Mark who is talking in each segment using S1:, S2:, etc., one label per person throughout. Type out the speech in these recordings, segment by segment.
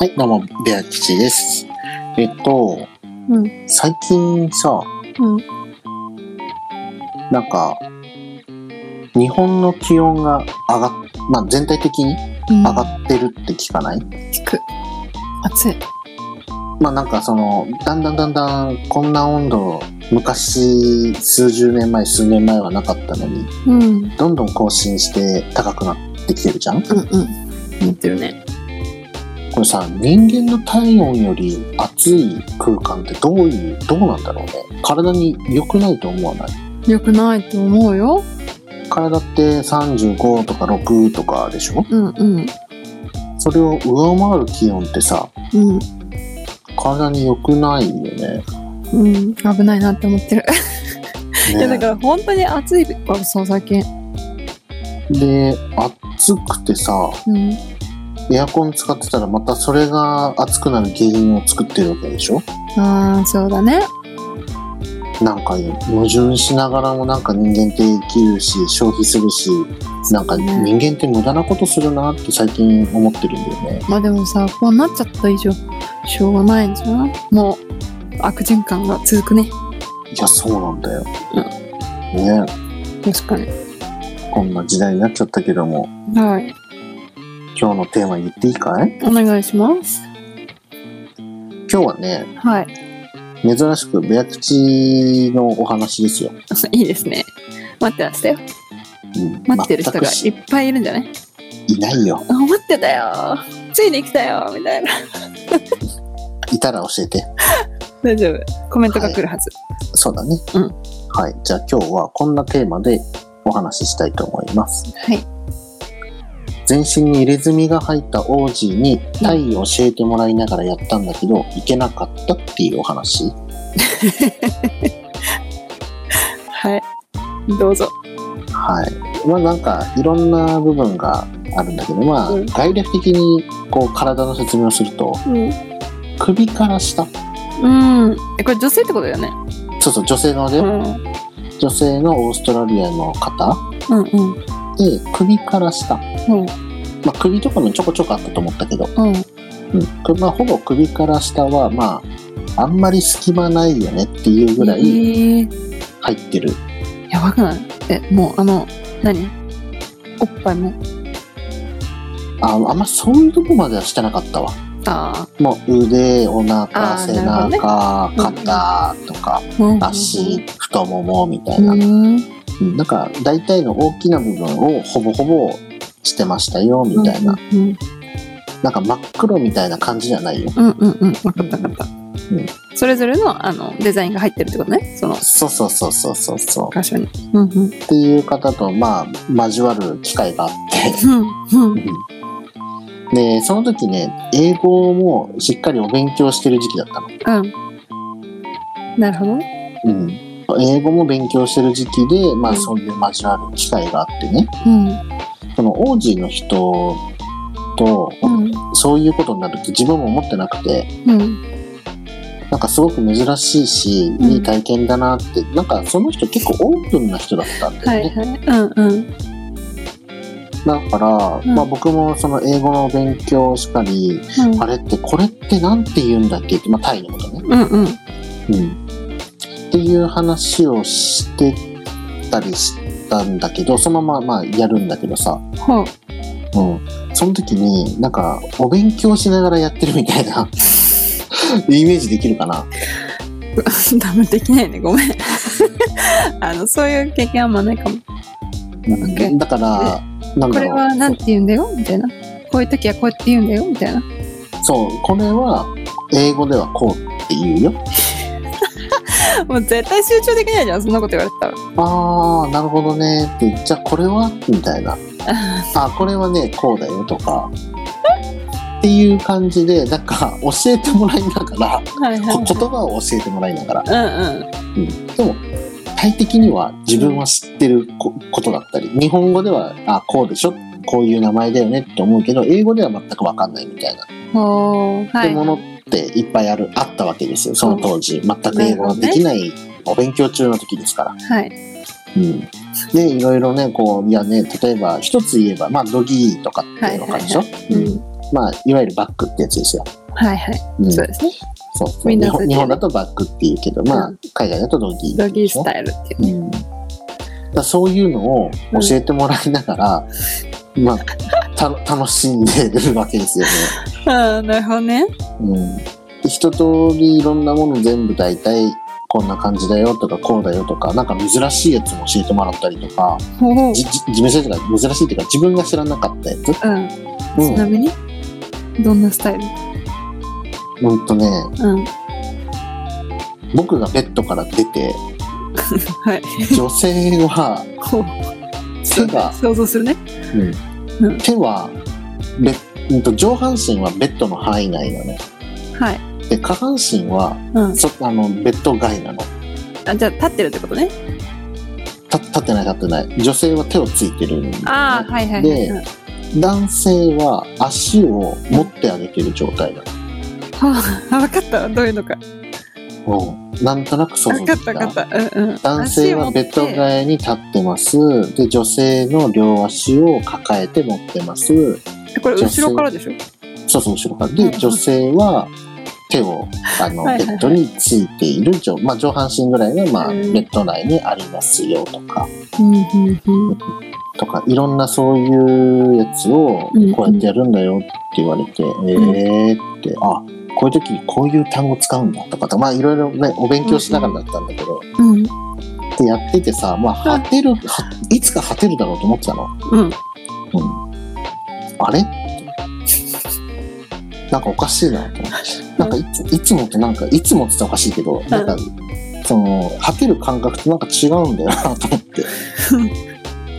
S1: はい、どうも、ベア吉です。えっと、
S2: うん
S1: 最近さ、
S2: うん
S1: なんか、日本の気温が上がっ、まあ全体的に
S2: うん
S1: 上がってるって聞かない、
S2: 聞く暑い
S1: まあなんかその、だんだんだんだんこんな温度、昔、数十年前、数年前はなかったのに、
S2: うんうん
S1: どんどん更新して高くなってきてるじゃん
S2: うん言ってるね
S1: これさ、人間の体温より熱い空間ってどういう、どうなんだろうね。体に良くないと思わない
S2: よくないと思うよ
S1: 体って35とか6とかでしょ
S2: うんうん
S1: それを上回る気温ってさ、
S2: うん
S1: 体に良くないよね。
S2: うん危ないなって思ってるいやだ
S1: ね
S2: から本当に暑いからさ最近
S1: で、暑くてさ、
S2: うん
S1: エアコン使ってたらまたそれが暑くなる原因を作ってるわけでしょ
S2: ああそうだね
S1: なんかね矛盾しながらもなんか人間って生きるし消費するしなんか人
S2: ね
S1: 間って無駄なことするなって最近思ってるんだよね
S2: まあでもさこうなっちゃった以上しょうがないんじゃないもう悪循環が続くね
S1: いやそうなんだよ、ね
S2: 確かに
S1: こんな時代になっちゃったけども
S2: はい
S1: 今日のテーマ言っていいかい
S2: お願いします
S1: 今日はね
S2: はい
S1: 珍しくベア口のお話ですよ、
S2: いいですね待ってましたよ
S1: うん
S2: 待ってる人が
S1: 全く
S2: いっぱいいるんじゃない
S1: いないよ
S2: あ待ってたよついに来たよみたいな
S1: いたら教えて
S2: 大丈夫コメントが来るはず、
S1: そうだね
S2: うん
S1: はいじゃあ今日はこんなテーマでお話ししたいと思います
S2: はい、
S1: 全身に入れ墨が入った王子にタイを教えてもらいながらやったんだけど、いけなかったっていうお話
S2: はい、どうぞ
S1: はいまあなんかいろんな部分があるんだけどまあ、
S2: うん
S1: 概略的にこう体の説明をすると
S2: うん、
S1: 首から下
S2: えこれ女性ってことだよね
S1: そうそう女性ので、
S2: うん
S1: 女性のオーストラリアの方
S2: うんうん
S1: で首から下、ま
S2: うん
S1: あ、首とかもちょこちょこあったと思ったけど、
S2: うん
S1: うんまあ、ほぼ首から下はまああんまり隙間ないよねっていうぐらい
S2: えー、
S1: 入ってる、
S2: やばくないえもうあの何おっぱいも
S1: ああんまそういうとこまではしてなかったわ
S2: あ
S1: もう腕、お腹、
S2: あー
S1: 背
S2: なる
S1: 中、
S2: ほどね
S1: 肩とか、
S2: ーうん
S1: 足、太ももみたいうな。
S2: ん
S1: うんなんか大体の大きな部分をほぼほぼしてましたよみたいな。
S2: うん
S1: なんか真っ黒みたいな感じじゃないよ。
S2: うんうんうん分かった分かっ
S1: う
S2: た、
S1: ん
S2: それぞれのあのデザインが入ってるってことねその
S1: そうそうそうそうそうそ
S2: 箇所にうんうん
S1: う。っていう方とまあ交わる機会があっ
S2: うんうん
S1: て。で、その時ね、英語もしっかりお勉強してる時期だったの。
S2: うん。なるほどね。
S1: うん。英語も勉強してる時期で、ま
S2: う
S1: あ
S2: ん
S1: そういう交わる機会があってね。
S2: うん。
S1: その王子の人と、
S2: うん。
S1: そういうことになるって自分も思ってなくて
S2: うん。
S1: なんかすごく珍しいし、
S2: うん
S1: いい体験だなってなんかその人結構オープンな人だったん
S2: は
S1: だよ
S2: い
S1: ね、
S2: はい。うんうん。
S1: だから、
S2: うん
S1: まあ、僕もその英語の勉強したり、あれってこれって何て言うんだっけって、まあ、タイのことね、
S2: うんうん
S1: う
S2: うん。
S1: ん、っていう話をしてたりしたんだけどそのまままあやるんだけどさ、
S2: ほう。
S1: うん、その時になんかお勉強しながらやってるみたいな イメージできるかな
S2: 多分できないね。ごめん。 あの、そういう経験あんまないかも。
S1: うんだから、なん
S2: こ
S1: だ
S2: れ
S1: ろ
S2: はなん
S1: う
S2: て言うんだよみたいな。こういう時はこうやって言うんだよみたいな。
S1: そうこれは英語ではこうって言うよ
S2: もう絶対集中できないじゃん。そんなこと言われたら。
S1: ああなるほどねってじゃあこれはみたいなあこれはねこうだよとかっていう感じでなんか教えてもらいながら
S2: はい
S1: こ
S2: は
S1: 言葉を教えてもらいながら、
S2: い。うんうん。
S1: うん、でも体的には自分は知ってるこことだったり日本語ではあこうでしょこういう名前だよねって思うけど英語では全く分かんないみたいな
S2: ほう。
S1: っ
S2: は
S1: て
S2: い。
S1: ものっていっぱいあるあったわけですよその当時全く英語ができないお勉強中の時ですから。
S2: はい。
S1: うん、でいろいろねこういやね例えば一つ言えばまあドギーとかっていうのかでしょ、
S2: うん。
S1: うんまあ、いわゆるバックってやつですよ。
S2: はいはい。
S1: うん、
S2: そ
S1: そうう
S2: ですね。
S1: そう
S2: みんな
S1: 日本
S2: 好き
S1: 日本だとバックっていうけど、まあ
S2: う、
S1: 海外だとドギーって
S2: ド
S1: いう
S2: ギ
S1: で
S2: ー
S1: しょ
S2: スタイルっていう
S1: う
S2: ね。
S1: ん、だからそういうのを教えてもらいながら、まあ、た 楽しんでるわけですよね。
S2: ああ、なるほどね。
S1: うん、一通りいろんなもの全部大体こんな感じだよとかこうだよとかなんか珍しいやつも教えてもらったりとか
S2: ほう。
S1: じじ自分たちが珍しいっていうか自分が知らなかったやつ
S2: うん。
S1: う
S2: ちなんみに、どんなスタイル
S1: ほんとね
S2: うん。
S1: 僕がベッドから出 て
S2: はい。
S1: 女性は
S2: こう。
S1: 手が、
S2: 想像するね。
S1: うん手はベッうんと上半身はベッドの範囲内なの
S2: はい。
S1: で下半身は
S2: うん。
S1: そあのベッド外なの
S2: あ、じゃあ立ってるってことね。
S1: た立ってない立ってない女性は手をついてるんだよね
S2: ああ、はいはいはい。
S1: で
S2: うんは
S1: 男性は足を持ってあげてる状態だ、
S2: あ、あわかった。どういうのか。
S1: うんなんとなく想
S2: わ
S1: 像で
S2: かっ
S1: き
S2: た
S1: た
S2: わかった。うんうん。
S1: 男性はベッド
S2: が
S1: 替えに立ってますで女性の両足を抱えて持ってます
S2: これ後ろからでしょ
S1: そうそう後ろから
S2: うん
S1: で女性は手をあの
S2: はいはい
S1: ベッドについている状、まあ、上半身ぐらいが、まあ、
S2: う
S1: ベ
S2: ん
S1: ッド内にありますよとか
S2: うんうんうん。
S1: とかいろんなそういうやつを
S2: うん
S1: こうやってやるんだよって言われて、
S2: ん
S1: えーってあこういう時にこういう単語使うんだとかまあいろいろねお勉強しながらだったんだけど、
S2: うん。
S1: ってやっててさ、まあ、果てる、はいつか果てるだろうと思ってたの。
S2: うん。
S1: うん。あれなんかおかしいなと思って。なんかいついつもとなんか、いつもって言ったらおかしいけど、なんか、その、果てる感覚となんか違うんだよなと思 って。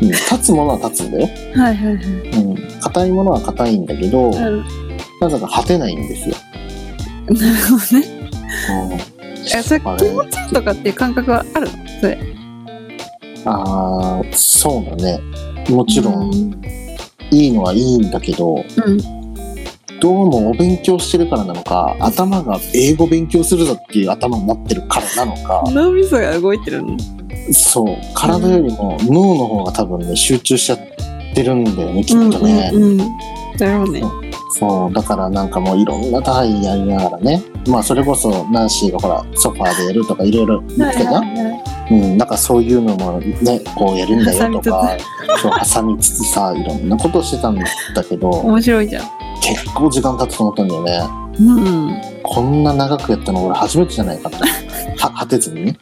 S1: うん、立つものは立つんだよ。
S2: はいはいはい。
S1: うん。硬いものは硬いんだけど、
S2: うん
S1: なぜか果てないんですよ。
S2: なるほどね。
S1: うん
S2: え、それ気
S1: あれ
S2: 持ちいいとかっていう感覚はあるのそれ。
S1: あーそうだね。もちろん、
S2: うん。
S1: いいのはいいんだけど、
S2: うん
S1: どうもお勉強してるからなのか頭が英語勉強するぞっていう頭になってるからなのか
S2: 脳みそが動いてるの
S1: そう体よりも脳の方が多分ね集中しちゃってるんだよねきっとね、
S2: うんうんうん。だろうね。
S1: そうだからなんかもういろんな単位やりながらねまあそれこそナンシーがほらソファーでやるとかいろいろ言ってたじゃん、うん、なんかそういうのもねこうやるんだよとかそう挟みつつさいろんなことしてたんだけど
S2: 面白いじゃん。
S1: 結構時間経つと思ったんだよね
S2: うん。
S1: こんな長くやったの俺初めてじゃないかって。 は、果てずにね。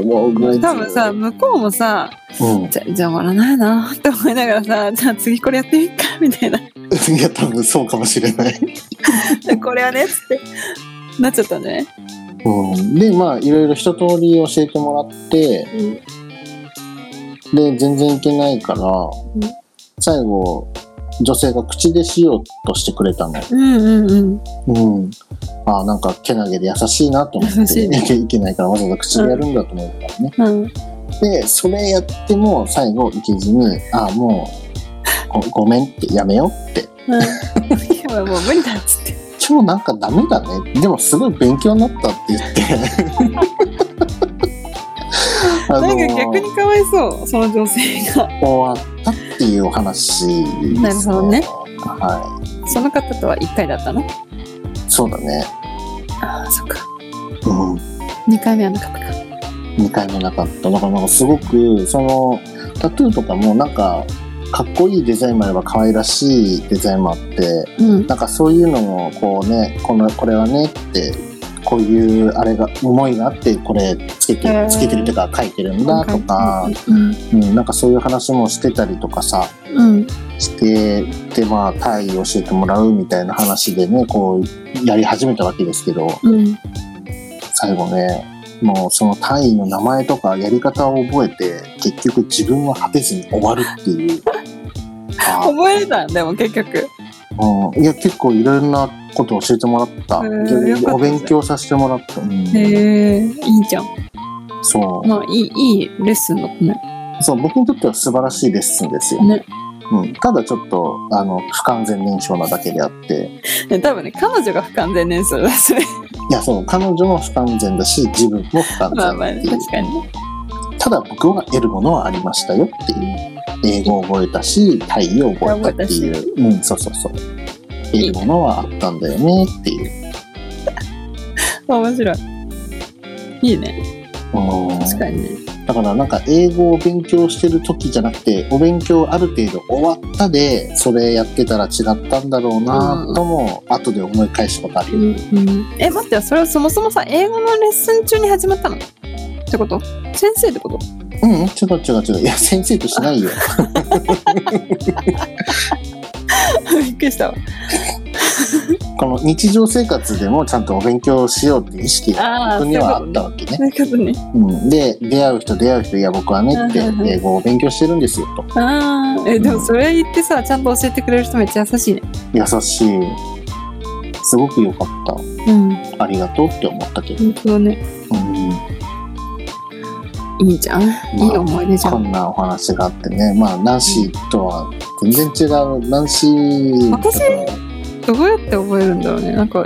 S1: 思うぐらいず
S2: 多分さ、向こうもさ、
S1: うん。
S2: じゃ、じゃあ終わらないなって思いながらさ、じゃあ次これやってみっか、みたいな。
S1: いや、多分そうかもしれない。
S2: これはね、つって。なっちゃったんじゃない
S1: うん。で、まあ、いろいろ一通り教えてもらって、
S2: うん。
S1: で、全然いけないから、
S2: ん
S1: 最後、女性が口でしようとしてくれたの。
S2: うんうんうん。
S1: うん。ああ、なんか、けなげで優しいなと思って、
S2: 優しいね
S1: いけいけないからわざわざ口でやるんだと思ったからね。
S2: うん。
S1: でそれやっても最後いけずに「ああもうごごめん」って「やめよう」って
S2: うんいやもう無理だっつって。
S1: 「今日なんかダメだねでもすごい勉強になった」って言って あ
S2: な
S1: の
S2: んか逆にかわいそう、その女性が。
S1: 終わったっていうお話です、
S2: なるほどね
S1: は
S2: その方とは1回だったの
S1: いそうだね
S2: ああ、そっか。
S1: うん
S2: 2回目はなかったか。
S1: 2回目なかっただからなんかすごくそのタトゥーとかもなんかかっこいいデザインもあれば可愛らしいデザインもあって
S2: うん。
S1: なんかそういうのもこうねこのこれはねってこういうあれが思いがあってこれつけて
S2: へー
S1: つけてるとか書いてるんだとか、
S2: うん。
S1: うん、なんかそういう話もしてたりとかさ
S2: うん。
S1: してでまあタイ教えてもらうみたいな話でねこうやり始めたわけですけど
S2: うん。
S1: 最後ねもうその単位の名前とかやり方を覚えて結局自分は果てずに終わるっていう あー
S2: 覚えれたでも結局。
S1: うん、いや結構いろんなこと教えてもらった、
S2: へーよかったじゃん
S1: お勉強させてもらった、うん
S2: へえ、いいじゃん。
S1: そう,、
S2: まあ、いい、いいレッスンだったね。
S1: そう僕にとっては素晴らしいレッスンですよ、
S2: ね
S1: うん、ただちょっとあの不完全燃焼なだけであって
S2: で多分ね、彼女が不完全年数だそれ。
S1: いやそう彼女も不完全だし自分も不完
S2: まあまあ、
S1: 全っていう、
S2: 確かにね。
S1: ただ僕は得るものはありましたよっていう英語を覚えたし、タイを覚えたってい
S2: 覚え
S1: う。うん、そうそうそう。得るものはあったんだよねっていう。
S2: 面白い。いいね。
S1: うん
S2: 確かにね。
S1: だからなんか英語を勉強してる時じゃなくて、お勉強ある程度終わったで、それやってたら違ったんだろうなとも、後で思い返したことあるよ。
S2: うんうん、え、待ってよ。それはそもそもさ、英語のレッスン中に始まったのってこと先生ってこと
S1: うん、違う違う違う。いや、先生としないよ。
S2: びっくりしたわ。
S1: この日常生活でもちゃんとお勉強しようっていう意識が
S2: あー
S1: 僕にはあったわけね。
S2: そういうことね。
S1: うん、で、出会う人出会う人、いや、僕はねって
S2: うんうんう、ん
S1: 英語を勉強してるんですよと。
S2: ああ、え、でもそれ言ってさ、ちゃんと教えてくれる人めっちゃ優しいね。
S1: 優しい。すごく良かっ
S2: うん、
S1: た。ありがとうって思ったけど。
S2: 本当ね。
S1: うん
S2: いいじゃん。いい思い出じゃ
S1: こ
S2: ん。
S1: んなお話があってね。まあ、ナンシーとは全然違う。ナンシー。
S2: 私どうやって覚えるんだろうね。なんか、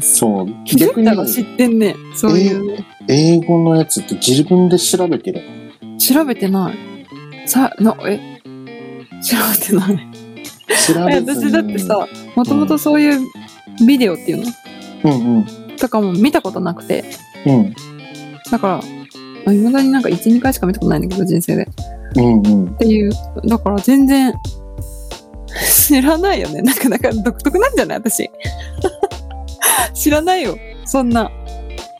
S1: そう。
S2: 気づ
S1: 逆
S2: いたら知
S1: に、
S2: ってんね。そういうね。
S1: 英語のやつって自分で調べてる。
S2: 調べてない。さ、な、え、調べてない。
S1: 調
S2: え
S1: べずに
S2: 私だって。さ、もともとそういうビデオっていうの
S1: うんうん。
S2: とかも見たことなくて。
S1: うん。
S2: だから、まあ、未だになんか1、2回しか見たことないんだけど、人生で。
S1: うんうん
S2: っ。ていうだから全然 知らないよねなんかなんか独特なんじゃない私 知らないよそんな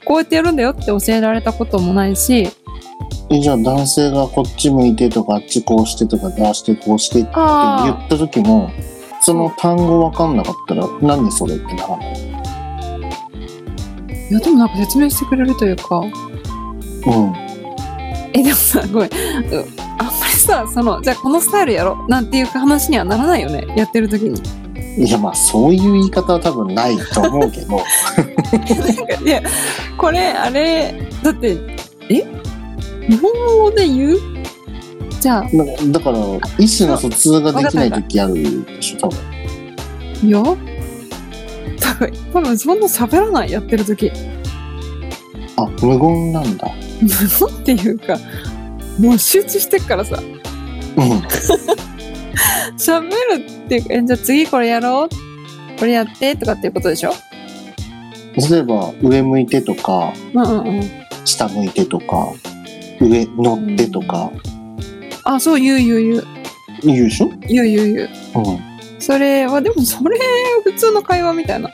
S2: こうやってやるんだよって教えられたこともないし
S1: え、じゃあ男性がこっち向いてとか、あっちこうしてとか、ああしてこうしてって言
S2: あ
S1: った時も、その単語わかんなかったら、何それってならない。
S2: いやでもなんか説明してくれるというか
S1: うん。
S2: えでもさごめんうんあんまりさそのじゃあこのスタイルやろうなんていう話にはならないよねやってる時に
S1: いや、まあ、そういう言い方は多分ないと思うけ ど、
S2: なんかいやこれあれだってえ日本語で言うじゃあ
S1: だだから、意思の疎通ができない時あるでしょ、多分。
S2: いや多分多分そんな喋らないやってる時
S1: あ、無言なんだ。
S2: 無言っていうかもう集中してっからさ
S1: う
S2: 喋るっていうかえじゃあ次これやろうこれやってとかっていうことでしょ
S1: ん。例えば、上向いてとか、
S2: うんうんうん
S1: 下向いてとか、上乗ってとか、
S2: あそう言う言う
S1: 言うでしょ
S2: 言う言う言う言う
S1: うん。
S2: それはでもそれ普通の会話みたいな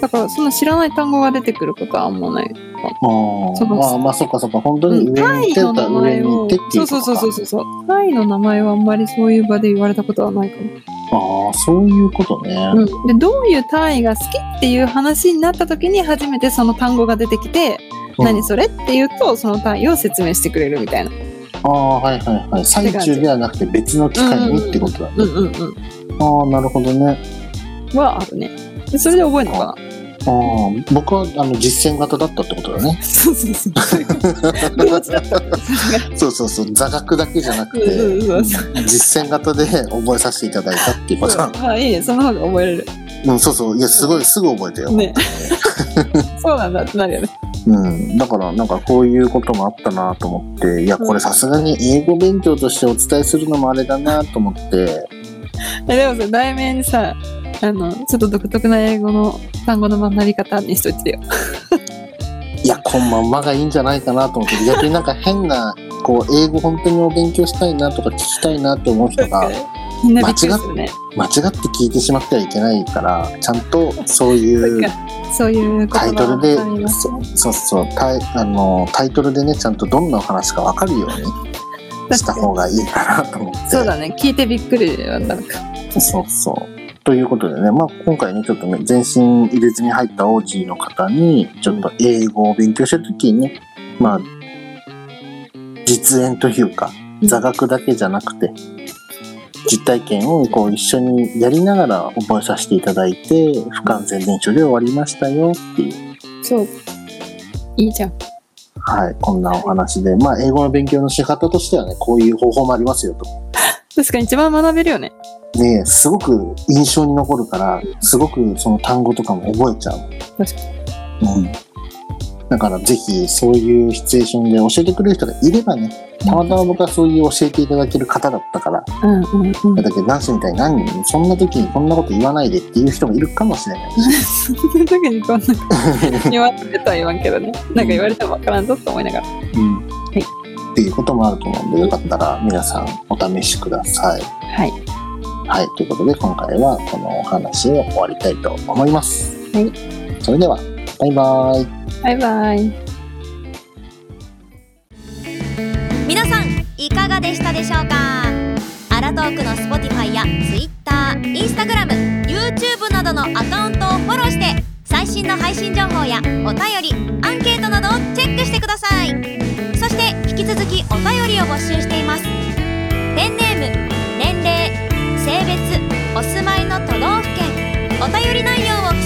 S2: だからそんな知らない単語が出てくることはあんまない
S1: あ
S2: そ
S1: あ、
S2: うそう
S1: まあまあ、そっかそっか、本当に
S2: うん
S1: 上
S2: タ
S1: 向い
S2: イ
S1: て
S2: の
S1: とか、
S2: 名前
S1: 上向
S2: を
S1: いてって
S2: そ
S1: いうこと
S2: うそう
S1: か。
S2: そうそうそうそうタイの名前はあんまりそういう場で言われたことはないかも
S1: ああ、そういうことね。
S2: うん、でどういう単位が好きっていう話になった時に初めてその単語が出てきて、
S1: うん
S2: 何それって言うとその単位を説明してくれるみたいな。
S1: ああ、はいはいはい。最中ではなくて別の機会にってことだ。
S2: うんうんうん、
S1: ああ、なるほどね。
S2: はあるね。でそれで覚えるのかな
S1: ああ、僕はあの実践型だったってことだね。
S2: そうそうそう。そういうこと両方だったってことですね
S1: そうそうそう座学だけじゃなくて
S2: うんうんうん
S1: 実践型で覚えさせていただいたっていうことなの
S2: そうまあいいねその方が覚えれる。
S1: うんそうそういやすごいすぐ覚えたよ、
S2: ね。そうなんだってなるよね。
S1: うん、だからなんかこういうこともあったなと思っていやこれさすがに英語勉強としてお伝えするのもあれだなと思って
S2: えでもさ題名にさあのちょっと独特な英語の単語の学び方にしといてよ。
S1: いやこんばんまがいいんじゃないかなと思って逆になんか変なこう英語本当にお勉強したいなとか聞きたいなって思う人 が
S2: みんなびっくりするね。
S1: 間違って聞いてしまってはいけないからちゃんとそう いう
S2: そういうこと
S1: タイトルで
S2: がありますね。
S1: そうそうタイあのタイトルでねちゃんとどんなお話か分かるようにした方がいいかなと思って
S2: そうだね聞いてびっくりだったのか
S1: そうそうということでね、まあ、今回ねちょっとね全身入れずに入った OG の方にちょっと英語を勉強した時にねまあ実演というか
S2: うん
S1: 座学だけじゃなくて実体験をこう一緒にやりながら覚えさせていただいて不完全燃焼で終わりましたよっていう
S2: そういいじゃん
S1: はい、こんなお話で、まあ、英語の勉強の仕方としてはね、こういう方法もありますよと。
S2: 確かに一番学べるよね
S1: ね、すごく印象に残るから、すごくその単語とかも覚えちゃう。
S2: 確か
S1: うん。だからぜひそういうシチュエーションで教えてくれる人がいればね、たまたま僕はそういう教えていただける方だったから、
S2: うん うんうん。
S1: だけど男子みたいに何人もそんな時にこんなこと言わないでっていう人もいるかもしれないし。
S2: そんな時に こんなこと言われたは言わんけどね。なんか言われてもわからんぞと思いながら。
S1: うん
S2: い
S1: っていうこともあると思うんで、よかったら皆さんお試しください。
S2: はい。
S1: はい、ということで今回はこのお話を終わりたいと思います。
S2: はい。
S1: それでは、バイバイ。
S2: バイバイ。
S3: 皆さんいかがでしたでしょうかアラトークの Spotify や TwitterInstagramYouTube などのアカウントをフォローして最新の配信情報やお便りアンケートなどをチェックしてくださいそして引き続きお便りを募集していますペンネーム年齢性別お住まいの都道府県お便り内容を